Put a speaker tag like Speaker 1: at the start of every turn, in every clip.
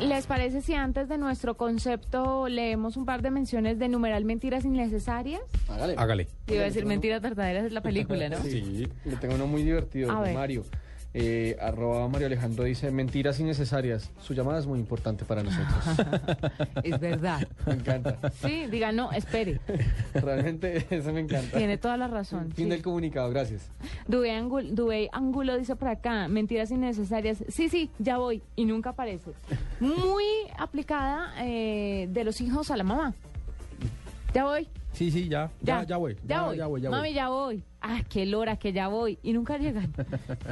Speaker 1: ¿Les parece si antes de nuestro concepto leemos un par de menciones de numeral mentiras innecesarias?
Speaker 2: Hágale.
Speaker 3: Hágale.
Speaker 1: Iba a decir mentiras verdaderas es la película, ¿no?
Speaker 3: Sí.
Speaker 2: Le tengo uno muy divertido,
Speaker 1: A
Speaker 2: de
Speaker 1: ver.
Speaker 2: Mario. Eh, arroba Mario Alejandro dice, mentiras innecesarias. Su llamada es muy importante para nosotros.
Speaker 1: Es verdad.
Speaker 2: me encanta.
Speaker 1: Sí, diga, no, espere.
Speaker 2: Realmente, eso me encanta.
Speaker 1: Tiene toda la razón.
Speaker 2: Fin
Speaker 1: sí.
Speaker 2: del comunicado, gracias.
Speaker 1: Dubey Angul- Dubey Angulo dice por acá, mentiras innecesarias. Sí, sí, ya voy. Y nunca aparece. Muy aplicada eh, de los hijos a la mamá. Ya voy.
Speaker 3: Sí, sí, ya. Ya, ya voy. Ah,
Speaker 1: Ya, voy.
Speaker 3: Ya voy, ya
Speaker 1: Mami,
Speaker 3: voy.
Speaker 1: ya voy. Ah, qué lora que ya voy. Y nunca llegan.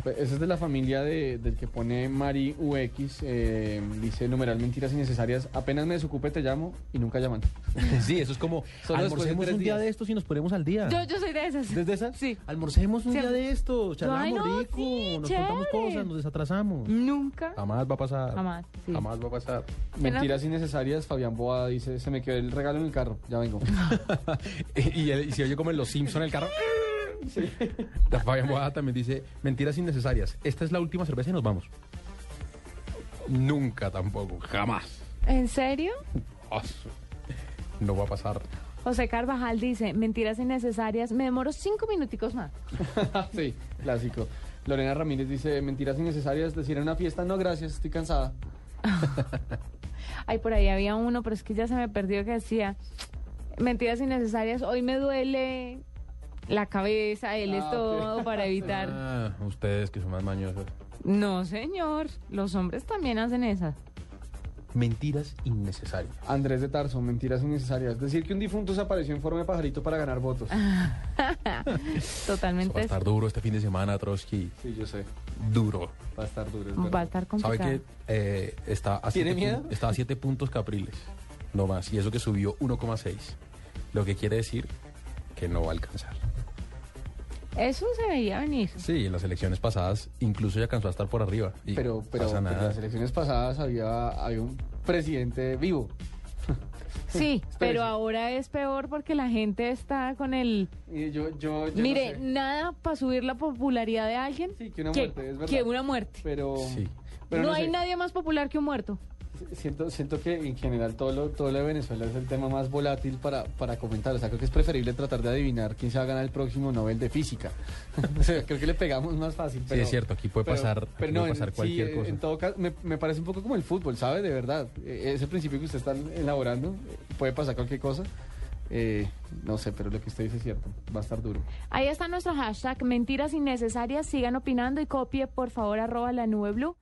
Speaker 2: Pues, Eso es de la familia de- del que pone Mari UX. eh, dice, numeral mentiras innecesarias. Apenas me desocupe te llamo y nunca llaman.
Speaker 3: Sí, eso es como
Speaker 2: Solo después de
Speaker 3: almorcemos
Speaker 2: tres
Speaker 3: un día
Speaker 2: días.
Speaker 3: de estos y nos ponemos al día.
Speaker 1: Yo, yo soy de esas.
Speaker 3: ¿Desde esa?
Speaker 1: Sí.
Speaker 3: Almorcemos un
Speaker 1: Sí.
Speaker 3: día de estos, charlamos
Speaker 1: Ay, no,
Speaker 3: rico,
Speaker 1: sí,
Speaker 3: nos
Speaker 1: chévere.
Speaker 3: contamos cosas, nos desatrasamos.
Speaker 1: Nunca.
Speaker 3: Jamás va a pasar.
Speaker 1: Jamás, sí.
Speaker 3: Jamás va a pasar.
Speaker 2: Mentiras innecesarias, Fabián Boada dice, se me quedó el regalo en el carro, ya vengo.
Speaker 3: y, y se oye como en Los Simpson el carro. La Fabián Boada también dice, mentiras innecesarias. Esta es la última cerveza y nos vamos. Nunca tampoco, jamás.
Speaker 1: ¿En serio?
Speaker 3: Ah, No va a pasar.
Speaker 1: José Carvajal dice, mentiras innecesarias. Me demoro cinco minuticos más.
Speaker 2: sí, clásico. Lorena Ramírez dice, mentiras innecesarias, decir en una fiesta, no gracias, estoy cansada.
Speaker 1: Ay, por ahí había uno, pero es que ya se me perdió que decía mentiras innecesarias. Hoy me duele la cabeza, el
Speaker 2: Ah,
Speaker 1: estómago
Speaker 2: ok.
Speaker 1: para evitar.
Speaker 3: Ah, ustedes que son más mañosos.
Speaker 1: No, señor. Los hombres también hacen esas.
Speaker 3: Mentiras innecesarias.
Speaker 2: Andrés de Tarso, mentiras innecesarias. Decir que un difunto se apareció en forma de pajarito para ganar votos.
Speaker 1: Ah.
Speaker 3: Eso va a
Speaker 1: Totalmente.
Speaker 3: estar duro este fin de semana, Trotsky.
Speaker 2: Sí, yo sé.
Speaker 3: Duro.
Speaker 2: Va a estar duro. es
Speaker 1: Va a
Speaker 2: verdad.
Speaker 1: estar
Speaker 3: ¿Sabe
Speaker 1: complicado.
Speaker 3: que eh, está, a
Speaker 2: ¿Tiene
Speaker 3: siete
Speaker 2: miedo?
Speaker 3: pun- está a 7 puntos Capriles, no más, y eso que subió 1,6. Lo que quiere decir que no va a alcanzar.
Speaker 1: Eso se veía venir.
Speaker 3: Sí, en las elecciones pasadas incluso ya alcanzó a estar por arriba. y
Speaker 2: Pero, pero,
Speaker 3: pasa
Speaker 2: en
Speaker 3: nada.
Speaker 2: las elecciones pasadas había, había un presidente vivo.
Speaker 1: Sí, pero
Speaker 2: sí.
Speaker 1: ahora es peor porque la gente está con el...
Speaker 2: Y yo, yo, yo no
Speaker 1: Mire,
Speaker 2: sé.
Speaker 1: nada para subir la popularidad de alguien
Speaker 2: Sí, que una muerte, es verdad.
Speaker 1: que una muerte.
Speaker 2: Pero,
Speaker 3: Sí.
Speaker 2: pero
Speaker 1: no, hay
Speaker 2: sé.
Speaker 1: nadie más popular que un muerto.
Speaker 2: Siento, siento que en general todo lo, todo lo de Venezuela es el tema más volátil para, para comentar. O sea, creo que es preferible tratar de adivinar quién se va a ganar el próximo Nobel de Física. O sea, creo que le pegamos más fácil. Pero,
Speaker 3: es cierto, aquí puede pasar- aquí puede
Speaker 2: en-
Speaker 3: pasar
Speaker 2: sí,
Speaker 3: cualquier
Speaker 2: eh,
Speaker 3: cosa.
Speaker 2: En todo caso, me, me parece un poco como el fútbol, ¿sabe? De verdad. Eh, Ese principio que usted está elaborando, eh, puede pasar cualquier cosa. Eh, no sé, pero lo que usted dice es cierto. Va a estar duro.
Speaker 1: Ahí está nuestro hashtag mentiras innecesarias. Sigan opinando y copie, por favor, arroba la nube blue.